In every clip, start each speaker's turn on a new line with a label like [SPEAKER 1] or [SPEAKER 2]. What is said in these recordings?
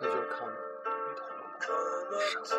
[SPEAKER 1] 那就看你头了。
[SPEAKER 2] 上次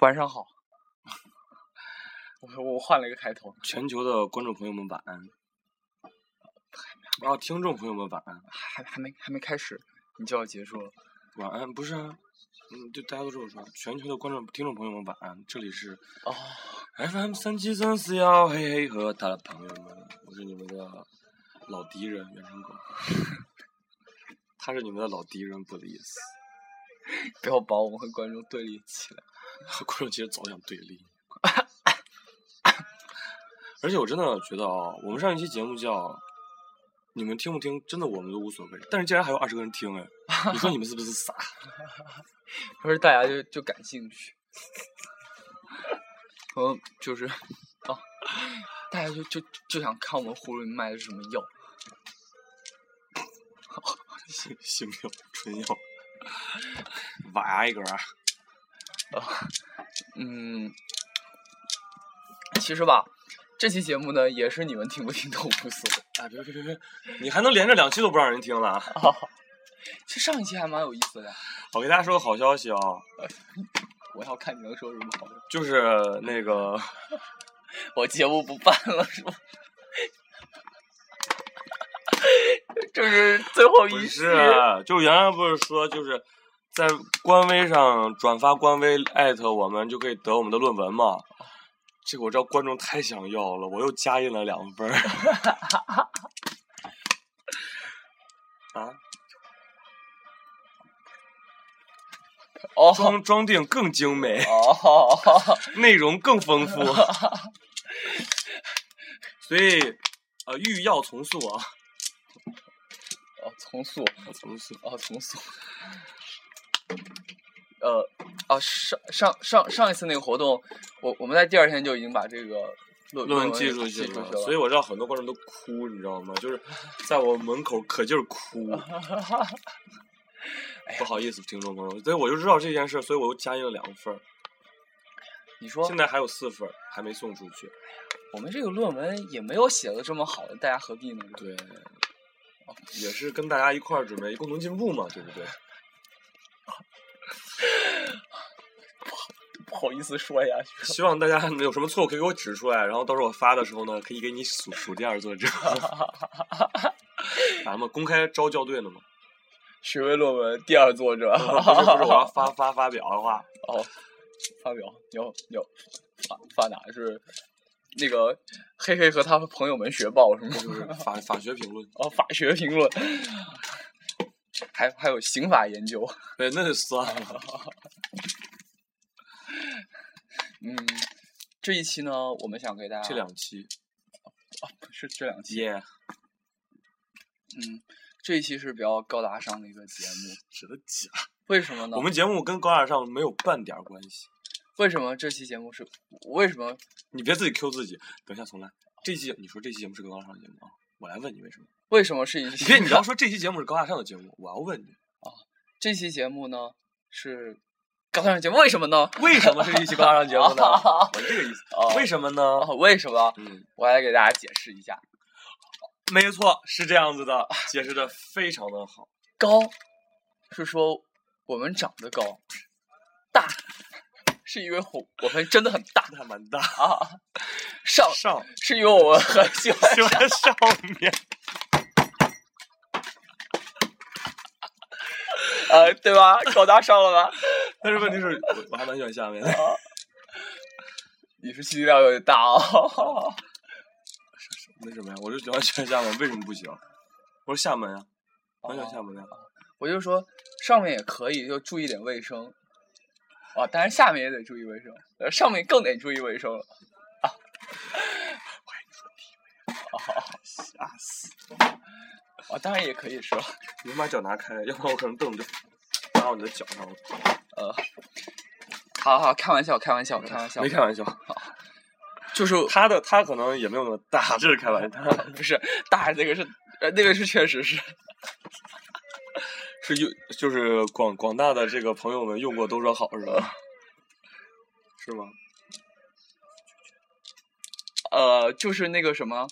[SPEAKER 1] 晚上好， 我我换了一个开头。
[SPEAKER 2] 全球的观众朋友们晚安，然后听众朋友们晚安，
[SPEAKER 1] 还还没还没开始，你就要结束了。
[SPEAKER 2] 晚安不是啊，嗯，就大家都这么说。全球的观众听众朋友们晚安，这里是
[SPEAKER 1] 哦
[SPEAKER 2] ，FM 三七三四幺，嘿嘿和他的朋友们，我是你们的老敌人袁成狗， 他是你们的老敌人布里斯。
[SPEAKER 1] 不要把我们和观众对立起来。
[SPEAKER 2] 和 观众其实早想对立， 而且我真的觉得啊，我们上一期节目叫“你们听不听”，真的我们都无所谓，但是竟然还有二十个人听哎，你说你们是不是傻？
[SPEAKER 1] 不是大家就就感兴趣，嗯，就是啊，大家就就就想看我们葫芦里卖的是什么药，
[SPEAKER 2] 性性药、春药，啊挖一根儿，
[SPEAKER 1] 嗯，其实吧，这期节目呢也是你们听不听都无所谓。
[SPEAKER 2] 哎，别别别别，你还能连着两期都不让人听了啊？
[SPEAKER 1] 其实上一期还蛮有意思的，
[SPEAKER 2] 我给大家说个好消息啊、
[SPEAKER 1] 我要看你能说什么好的。
[SPEAKER 2] 就是那个，
[SPEAKER 1] 我节目不办了是吗？这是最后
[SPEAKER 2] 不
[SPEAKER 1] 一期
[SPEAKER 2] 是，，啊就原来不是说就是在官微上转发官微艾特我们就可以得我们的论文嘛？这个我知道观众太想要了，我又加印了两份儿。啊，
[SPEAKER 1] 哦
[SPEAKER 2] 装装订更精美，
[SPEAKER 1] 哦，
[SPEAKER 2] 内容更丰富， 所以呃，欲要从速啊，
[SPEAKER 1] 哦，重塑，
[SPEAKER 2] 从速。
[SPEAKER 1] 哦，重塑。呃，啊，上上上上一次那个活动，我我们在第二天就已经把这个论
[SPEAKER 2] 论文
[SPEAKER 1] 寄
[SPEAKER 2] 寄出去
[SPEAKER 1] 寄出
[SPEAKER 2] 了，
[SPEAKER 1] 了，
[SPEAKER 2] 所以我知道很多观众都哭，你知道吗？就是在我门口可劲儿哭。不好意思，听众朋友，所以我就知道这件事，所以我又加印了两份儿，
[SPEAKER 1] 你说
[SPEAKER 2] 现在还有四份儿还没送出去。
[SPEAKER 1] 我们这个论文也没有写的这么好的，大家何必呢？
[SPEAKER 2] 对，也是跟大家一块儿准备共同进步嘛，对不对？
[SPEAKER 1] 不好意思说呀，
[SPEAKER 2] 希望大家有什么错误可以给我指出来，然后到时候我发的时候呢，可以给你数数第二作者。咱们公开招校对呢嘛？
[SPEAKER 1] 学位论文第二作者，
[SPEAKER 2] 不是不是，我要发发发表的话，
[SPEAKER 1] 哦，发表，你要你要发发哪是那个黑黑和他朋友们学报是吗？
[SPEAKER 2] 就是法法学评论。
[SPEAKER 1] 哦，法学评论，还还有刑法研究，
[SPEAKER 2] 对，那就算了。
[SPEAKER 1] 嗯，这一期呢，我们想给大家
[SPEAKER 2] 这两期，
[SPEAKER 1] 是这两期，
[SPEAKER 2] 耶、
[SPEAKER 1] 嗯，这一期是比较高大上的一个节目，
[SPEAKER 2] 真的假？嗯
[SPEAKER 1] 为什么呢？
[SPEAKER 2] 我们节目跟高大上没有半点儿关系。
[SPEAKER 1] 为什么这期节目是？为什么？
[SPEAKER 2] 你别自己 Q 自己，等一下重来。这期你说这期节目是个高大上的节目啊，我来问你为什么？
[SPEAKER 1] 为什么是一期？
[SPEAKER 2] 你别，你要说这期节目是高大上的节目，我要问你
[SPEAKER 1] 这期节目呢是高大上节目，为什么呢？
[SPEAKER 2] 为什么是一期高大上节目 呢？
[SPEAKER 1] 啊
[SPEAKER 2] 我是这个意思
[SPEAKER 1] 哦。
[SPEAKER 2] 为什么呢？
[SPEAKER 1] 啊为什么？
[SPEAKER 2] 嗯，
[SPEAKER 1] 我来给大家解释一下。
[SPEAKER 2] 没错，是这样子的，解释的非常的好。
[SPEAKER 1] 高是说我们长得高，大 是因为我我们真的很大
[SPEAKER 2] 那蛮大，
[SPEAKER 1] 啊，上
[SPEAKER 2] 上
[SPEAKER 1] 是因为我们很喜欢
[SPEAKER 2] 喜欢上面，
[SPEAKER 1] 呃，对吧？高大上了吧？
[SPEAKER 2] 但是问 题是，我我还蛮喜欢下面的。
[SPEAKER 1] 你是信息量有点大哦。
[SPEAKER 2] 为什么呀？我就喜欢喜欢下面，为什么不行？我说厦门呀，蛮喜欢厦门的呀。
[SPEAKER 1] 我就说上面也可以，就注意点卫生。啊，当然下面也得注意卫生，呃，上面更得注意卫生了。啊
[SPEAKER 2] 吓死！
[SPEAKER 1] 啊，当然也可以说，
[SPEAKER 2] 你能把脚拿开，要不然我可能凳子就搭到你的脚上了。
[SPEAKER 1] 好好开玩笑，开玩笑，开玩笑，
[SPEAKER 2] 没开玩笑，
[SPEAKER 1] 就是
[SPEAKER 2] 他的他可能也没有那么大，这是开玩笑，他
[SPEAKER 1] 不是大那个是呃那个是确实是
[SPEAKER 2] 是用就是广广大的这个朋友们用过都说好是吧？ 是吗？
[SPEAKER 1] 呃就是那个什么，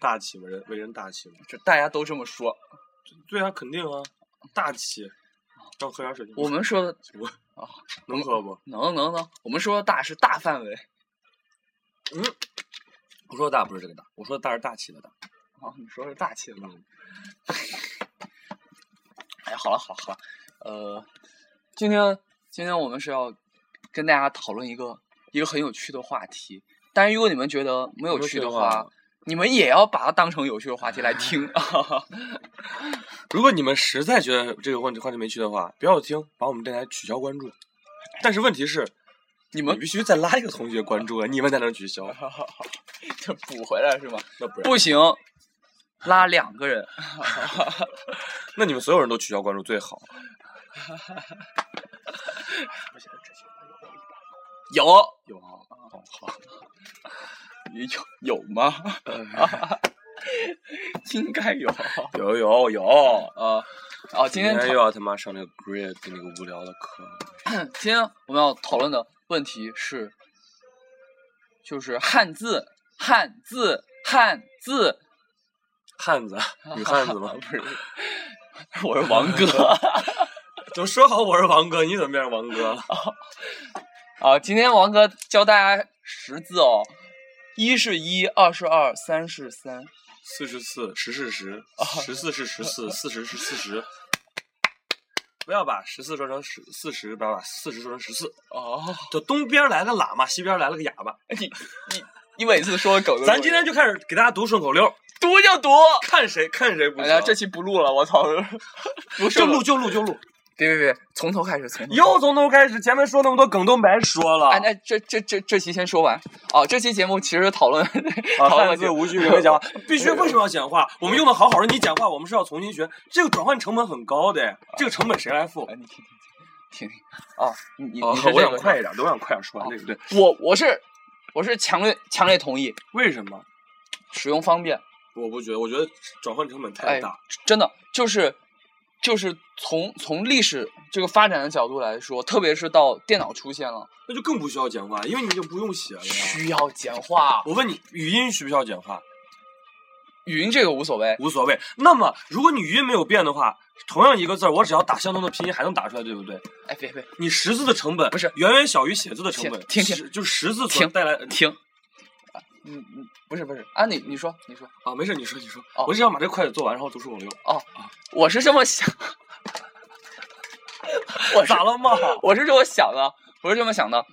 [SPEAKER 2] 大气为人为人大气嘛，
[SPEAKER 1] 就大家都这么说，
[SPEAKER 2] 对啊，肯定啊，大气。让我喝点水。
[SPEAKER 1] 我们说的
[SPEAKER 2] 我
[SPEAKER 1] 啊
[SPEAKER 2] 能喝不？
[SPEAKER 1] 能能能，我们说的大是大范围
[SPEAKER 2] 我说的大不是这个大，我说的大是大气的大。
[SPEAKER 1] 啊，你说是大气的吧？
[SPEAKER 2] 嗯，
[SPEAKER 1] 哎，好了好了好了，呃，今天今天我们是要跟大家讨论一个一个很有趣的话题，但是如果你们觉得没有
[SPEAKER 2] 没有
[SPEAKER 1] 趣
[SPEAKER 2] 趣
[SPEAKER 1] 的
[SPEAKER 2] 的
[SPEAKER 1] 话
[SPEAKER 2] 话，
[SPEAKER 1] 你们也要把它当成有趣的话题来 听。啊
[SPEAKER 2] 如果你们实在觉得这个问题话题没趣的话，不要听，把我们电台取消关注。但是问题是，
[SPEAKER 1] 你
[SPEAKER 2] 你
[SPEAKER 1] 们
[SPEAKER 2] 必须再拉一个同学关注啊，你们才能取消。
[SPEAKER 1] 就补回来是吗？
[SPEAKER 2] 那不然，
[SPEAKER 1] 不行，拉两个人。
[SPEAKER 2] 那你们所有人都取消关注最好。啊
[SPEAKER 1] 有
[SPEAKER 2] 有啊，好好。
[SPEAKER 1] 有有吗？应该有。
[SPEAKER 2] 有有有，
[SPEAKER 1] 呃，哦，今天
[SPEAKER 2] 天
[SPEAKER 1] 讨
[SPEAKER 2] 又要他妈上那个 grid 那个无聊的课。
[SPEAKER 1] 今天我们要讨论的问题是，就是汉字，汉字，汉字。
[SPEAKER 2] 汉子，女汉子吗
[SPEAKER 1] 不？是，我是王哥
[SPEAKER 2] 都说好我是王哥，你怎么变成王哥了？
[SPEAKER 1] 啊。今天王哥教大家识字哦，一是一，二是二，三是三。
[SPEAKER 2] 四十四，十是十，十四是十四，四十是四十。不要把十四说成十四十，不要把四十说成十四。
[SPEAKER 1] 哦，
[SPEAKER 2] 就东边来个喇嘛，西边来了个哑巴。
[SPEAKER 1] 你你你每次说狗都
[SPEAKER 2] 咱今天就开始给大家读顺口溜，
[SPEAKER 1] 读就读。
[SPEAKER 2] 看谁看谁不
[SPEAKER 1] 哎
[SPEAKER 2] 行。
[SPEAKER 1] 呀，这期不录了，我操！ 不
[SPEAKER 2] 就录
[SPEAKER 1] 了
[SPEAKER 2] 就录就录，
[SPEAKER 1] 别别别，从头开始，从头。
[SPEAKER 2] 又从头开始，前面说那么多梗都白说了。
[SPEAKER 1] 哎，那这这这这期先说完哦。这期节目其实讨论
[SPEAKER 2] 啊，
[SPEAKER 1] 讨论
[SPEAKER 2] 汉
[SPEAKER 1] 问题
[SPEAKER 2] 字无需人为 讲话，必须为什么要讲话？我们用的好好的，你讲话我们是要重新学，这个转换成本很高的，这个成本谁来付？
[SPEAKER 1] 哎，你听听听听听哦，你你
[SPEAKER 2] 哦
[SPEAKER 1] 你是这个
[SPEAKER 2] 一点，我想快点说
[SPEAKER 1] 哦
[SPEAKER 2] 这个对。
[SPEAKER 1] 我我是我是强烈强烈同意
[SPEAKER 2] 为什么？
[SPEAKER 1] 使用方便。哎
[SPEAKER 2] 我不觉得，我觉得转换成本太大。
[SPEAKER 1] 真的就是就是从从历史这个发展的角度来说，特别是到电脑出现了，
[SPEAKER 2] 那就更不需要简化，因为你就不用写了呀。
[SPEAKER 1] 需要简化。
[SPEAKER 2] 我问你，语音需不需要简化？
[SPEAKER 1] 语音这个无所谓，
[SPEAKER 2] 无所谓。那么，如果你语音没有变的话，同样一个字儿，我只要打相同的拼音还能打出来，对不对？
[SPEAKER 1] 哎，别别
[SPEAKER 2] 你识字的成本
[SPEAKER 1] 不是
[SPEAKER 2] 远远小于写字的成本，
[SPEAKER 1] 停停停
[SPEAKER 2] 识就识字所
[SPEAKER 1] 停
[SPEAKER 2] 带来
[SPEAKER 1] 停，啊嗯嗯，不是不是啊，你你说你说，
[SPEAKER 2] 啊，没事，你说你说，
[SPEAKER 1] 哦
[SPEAKER 2] 我只想把这快点做完，然后读顺口溜。
[SPEAKER 1] 我是这么 想，我是
[SPEAKER 2] 咋了嘛？
[SPEAKER 1] 我是这么想的，我是这么想的。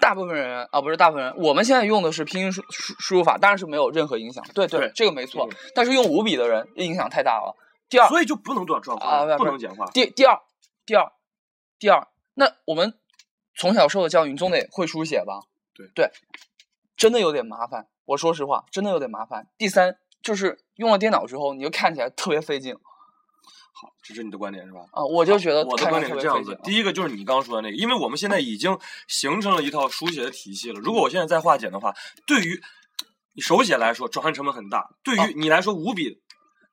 [SPEAKER 1] 大部分人啊，不是大部分人，我们现在用的是拼音输输输入法，当然是没有任何影响。对
[SPEAKER 2] 对
[SPEAKER 1] 这个没错
[SPEAKER 2] 对。
[SPEAKER 1] 但是用五笔的人影响太大了。第二，
[SPEAKER 2] 所以就不能多转化，
[SPEAKER 1] 啊
[SPEAKER 2] 不
[SPEAKER 1] 不是
[SPEAKER 2] 能简化。
[SPEAKER 1] 第第二，第二，第二，那我们从小受的教育，你总得会书写吧？
[SPEAKER 2] 对
[SPEAKER 1] 真的有点麻烦。我说实话，真的有点麻烦。第三，就是用了电脑之后，你就看起来特别费劲。
[SPEAKER 2] 好，这是你的观点是吧？
[SPEAKER 1] 啊，我就觉得
[SPEAKER 2] 我的
[SPEAKER 1] 看
[SPEAKER 2] 观
[SPEAKER 1] 着
[SPEAKER 2] 点
[SPEAKER 1] 特
[SPEAKER 2] 是
[SPEAKER 1] 别
[SPEAKER 2] 这样
[SPEAKER 1] 费
[SPEAKER 2] 子
[SPEAKER 1] 劲，啊
[SPEAKER 2] 第一个就是你刚刚说的那个，因为我们现在已经形成了一套书写的体系了。如果我现在再化简的话，对于你手写来说，转换成本很大；对
[SPEAKER 1] 哦
[SPEAKER 2] 于你来说，五笔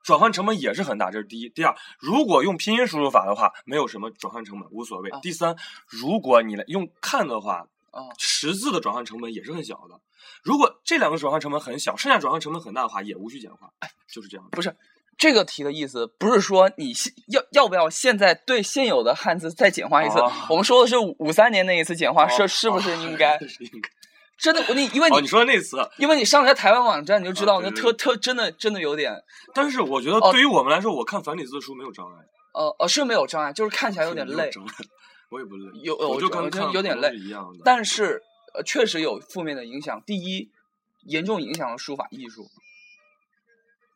[SPEAKER 2] 转换成本也是很大。这是第一。第二，如果用拼音输入法的话，没有什么转换成本，无所谓
[SPEAKER 1] 啊。
[SPEAKER 2] 第三，如果你来用看的话
[SPEAKER 1] 啊，
[SPEAKER 2] 识字的转换成本也是很小的。如果这两个转换成本很小，剩下转换成本很大的话，也无需简化，
[SPEAKER 1] 哎
[SPEAKER 2] 就是这样的。
[SPEAKER 1] 这个题的意思不是说你现要要不要现在对现有的汉字再简化一次，
[SPEAKER 2] 哦
[SPEAKER 1] 我们说的是五三年那一次简化，是、
[SPEAKER 2] 哦
[SPEAKER 1] 是不是应该？
[SPEAKER 2] 是应该。
[SPEAKER 1] 真的，我你因为你、
[SPEAKER 2] 哦，你说的那词，
[SPEAKER 1] 因为你上了台湾网站，你就知
[SPEAKER 2] 啊
[SPEAKER 1] 道，
[SPEAKER 2] 对
[SPEAKER 1] 那
[SPEAKER 2] 对
[SPEAKER 1] 特特真的真的有点，
[SPEAKER 2] 但是我觉得
[SPEAKER 1] 哦
[SPEAKER 2] 对于我们来说，我看繁体字书没有障碍，
[SPEAKER 1] 呃呃是没有障碍，就是看起来有点
[SPEAKER 2] 没
[SPEAKER 1] 累，
[SPEAKER 2] 障碍。我也不累，
[SPEAKER 1] 有有
[SPEAKER 2] 我就
[SPEAKER 1] 我
[SPEAKER 2] 跟
[SPEAKER 1] 觉得
[SPEAKER 2] 看
[SPEAKER 1] 有点
[SPEAKER 2] 普通
[SPEAKER 1] 累
[SPEAKER 2] 是一样的。
[SPEAKER 1] 但是呃确实有负面的影响。第一，严重影响了书法艺术。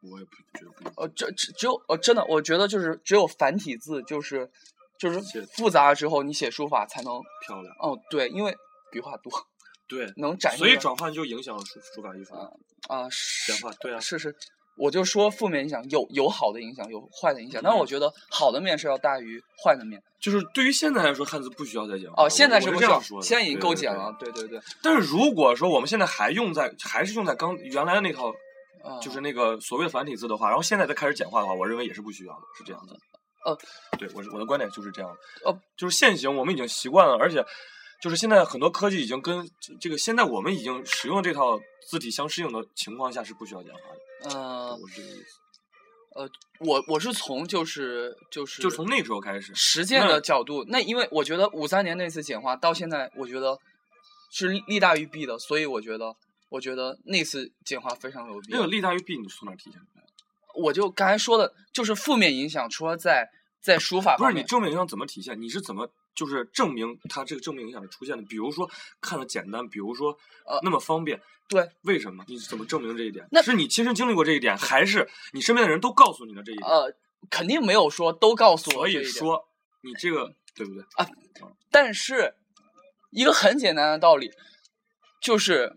[SPEAKER 2] 我也不觉得不
[SPEAKER 1] 呃，这只只有呃真的，我觉得就是只有繁体字就是就是
[SPEAKER 2] 写
[SPEAKER 1] 复杂了之后，你写书法才能
[SPEAKER 2] 漂亮。
[SPEAKER 1] 哦对，因为笔画多，
[SPEAKER 2] 对，
[SPEAKER 1] 能展现
[SPEAKER 2] 所以
[SPEAKER 1] 的
[SPEAKER 2] 转换就影响了书书法艺术
[SPEAKER 1] 啊啊是
[SPEAKER 2] 简化。对啊，
[SPEAKER 1] 是是，我就说负面影响有有好的影响，有坏的影响，但是我
[SPEAKER 2] 嗯
[SPEAKER 1] 觉得好的面是要大于坏的面。
[SPEAKER 2] 就是对于现在来说，汉字不需要再简化了。
[SPEAKER 1] 哦，现在
[SPEAKER 2] 啊我
[SPEAKER 1] 是
[SPEAKER 2] 我
[SPEAKER 1] 不需
[SPEAKER 2] 这
[SPEAKER 1] 要
[SPEAKER 2] 样说的
[SPEAKER 1] 现在已经够简。
[SPEAKER 2] 对对
[SPEAKER 1] 了
[SPEAKER 2] 对，
[SPEAKER 1] 对对对，
[SPEAKER 2] 但是如果说我们现在还用在，还是用在刚原来的那套，
[SPEAKER 1] 啊
[SPEAKER 2] 就是那个所谓的繁体字的话，然后现在再开始简化的话，我认为也是不需要的，是这样的。
[SPEAKER 1] 呃，
[SPEAKER 2] 对，我是我的观点就是这样的。
[SPEAKER 1] 呃，
[SPEAKER 2] 就是现行我们已经习惯了，而且就是现在很多科技已经跟这这个现在我们已经使用这套字体相适应的情况下是不需要简化的。
[SPEAKER 1] 呃，
[SPEAKER 2] 我是这个意思。
[SPEAKER 1] 我我是从就是就是
[SPEAKER 2] 就从那时候开始，
[SPEAKER 1] 实践
[SPEAKER 2] 那
[SPEAKER 1] 的角度，那因为我觉得五三年那次简化到现在，我觉得是利利大于弊的，所以我觉得我觉得那次简化非常有必
[SPEAKER 2] 那个
[SPEAKER 1] 要。
[SPEAKER 2] 利大于弊，你从哪儿体现出来的？
[SPEAKER 1] 我就刚才说的，就是负面影响，除了在在书法
[SPEAKER 2] 不是
[SPEAKER 1] 方
[SPEAKER 2] 你
[SPEAKER 1] 面，
[SPEAKER 2] 正面影响怎么体现？你是怎么就是证明它这个正面影响是出现的？比如说看的简单，比如说
[SPEAKER 1] 呃
[SPEAKER 2] 那么方便，
[SPEAKER 1] 对，
[SPEAKER 2] 为什么？你是怎么证明这一点
[SPEAKER 1] 那？
[SPEAKER 2] 是你亲身经历过这一点，还是你身边的人都告诉你的这一点？
[SPEAKER 1] 呃，肯定没有说都告诉我
[SPEAKER 2] 所
[SPEAKER 1] 这一
[SPEAKER 2] 以
[SPEAKER 1] 点，
[SPEAKER 2] 说你这个对不对？
[SPEAKER 1] 但是一个很简单的道理，就是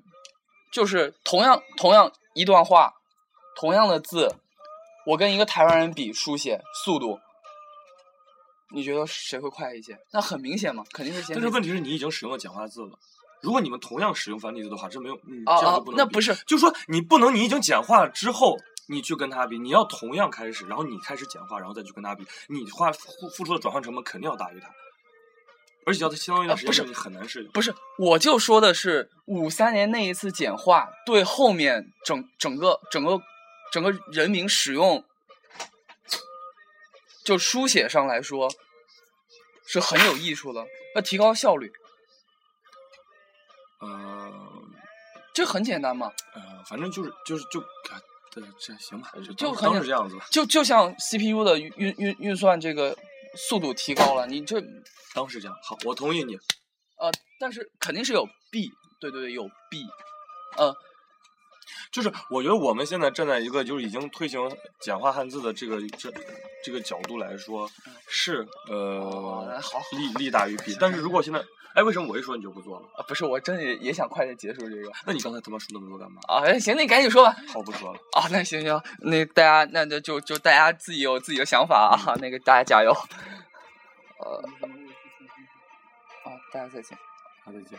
[SPEAKER 1] 就是同样同样一段话，同样的字，我跟一个台湾人比书写速度，你觉得谁会快一些？那很明显嘛，肯定是先
[SPEAKER 2] 但
[SPEAKER 1] 谁。
[SPEAKER 2] 是问题是你已经使用了简化字了。如果你们同样使用繁体字的话，这没有，嗯，
[SPEAKER 1] 啊
[SPEAKER 2] 这样
[SPEAKER 1] 啊
[SPEAKER 2] 就不，能
[SPEAKER 1] 那
[SPEAKER 2] 比
[SPEAKER 1] 不是
[SPEAKER 2] 就说你不能，你已经简化了之后，你去跟他比，你要同样开始，然后你开始简化，然后再去跟他比，你花付付出的转换成本肯定要大于他，而且要在相当于的
[SPEAKER 1] 啊
[SPEAKER 2] 时
[SPEAKER 1] 不是
[SPEAKER 2] 间内你很难适应。
[SPEAKER 1] 不是，我就说的是五三年那一次简化对后面整整个整个整个人民使用，就书写上来说是很有益处的，要提高效率，
[SPEAKER 2] 呃
[SPEAKER 1] 这很简单嘛。
[SPEAKER 2] 呃，反正就是就是就，啊对，这行吧，就
[SPEAKER 1] 就
[SPEAKER 2] 当
[SPEAKER 1] 很
[SPEAKER 2] 当
[SPEAKER 1] 简
[SPEAKER 2] 是这样子吧，
[SPEAKER 1] 就就像 CPU 的运运运运算这个速度提高了，你这
[SPEAKER 2] 当是这样。好，我同意你。
[SPEAKER 1] 呃，但是肯定是有弊，对对对，有弊，呃，
[SPEAKER 2] 就是我觉得我们现在站在一个就是已经推行简化汉字的这个这这个角度来说，是
[SPEAKER 1] 哦
[SPEAKER 2] 呃
[SPEAKER 1] 好
[SPEAKER 2] 利利大于弊。但是如果现在，哎，为什么我一说你就不做了？
[SPEAKER 1] 啊不是，我真的也也想快点结束这个
[SPEAKER 2] 那你刚才他妈说那么多干嘛？
[SPEAKER 1] 啊，哎行，那你赶紧说吧。
[SPEAKER 2] 好不说了，
[SPEAKER 1] 啊，那行行，那大家那就就就大家自己有自己的想法啊，
[SPEAKER 2] 嗯
[SPEAKER 1] 那个大家加油。呃，啊，大家再见。
[SPEAKER 2] 好再见。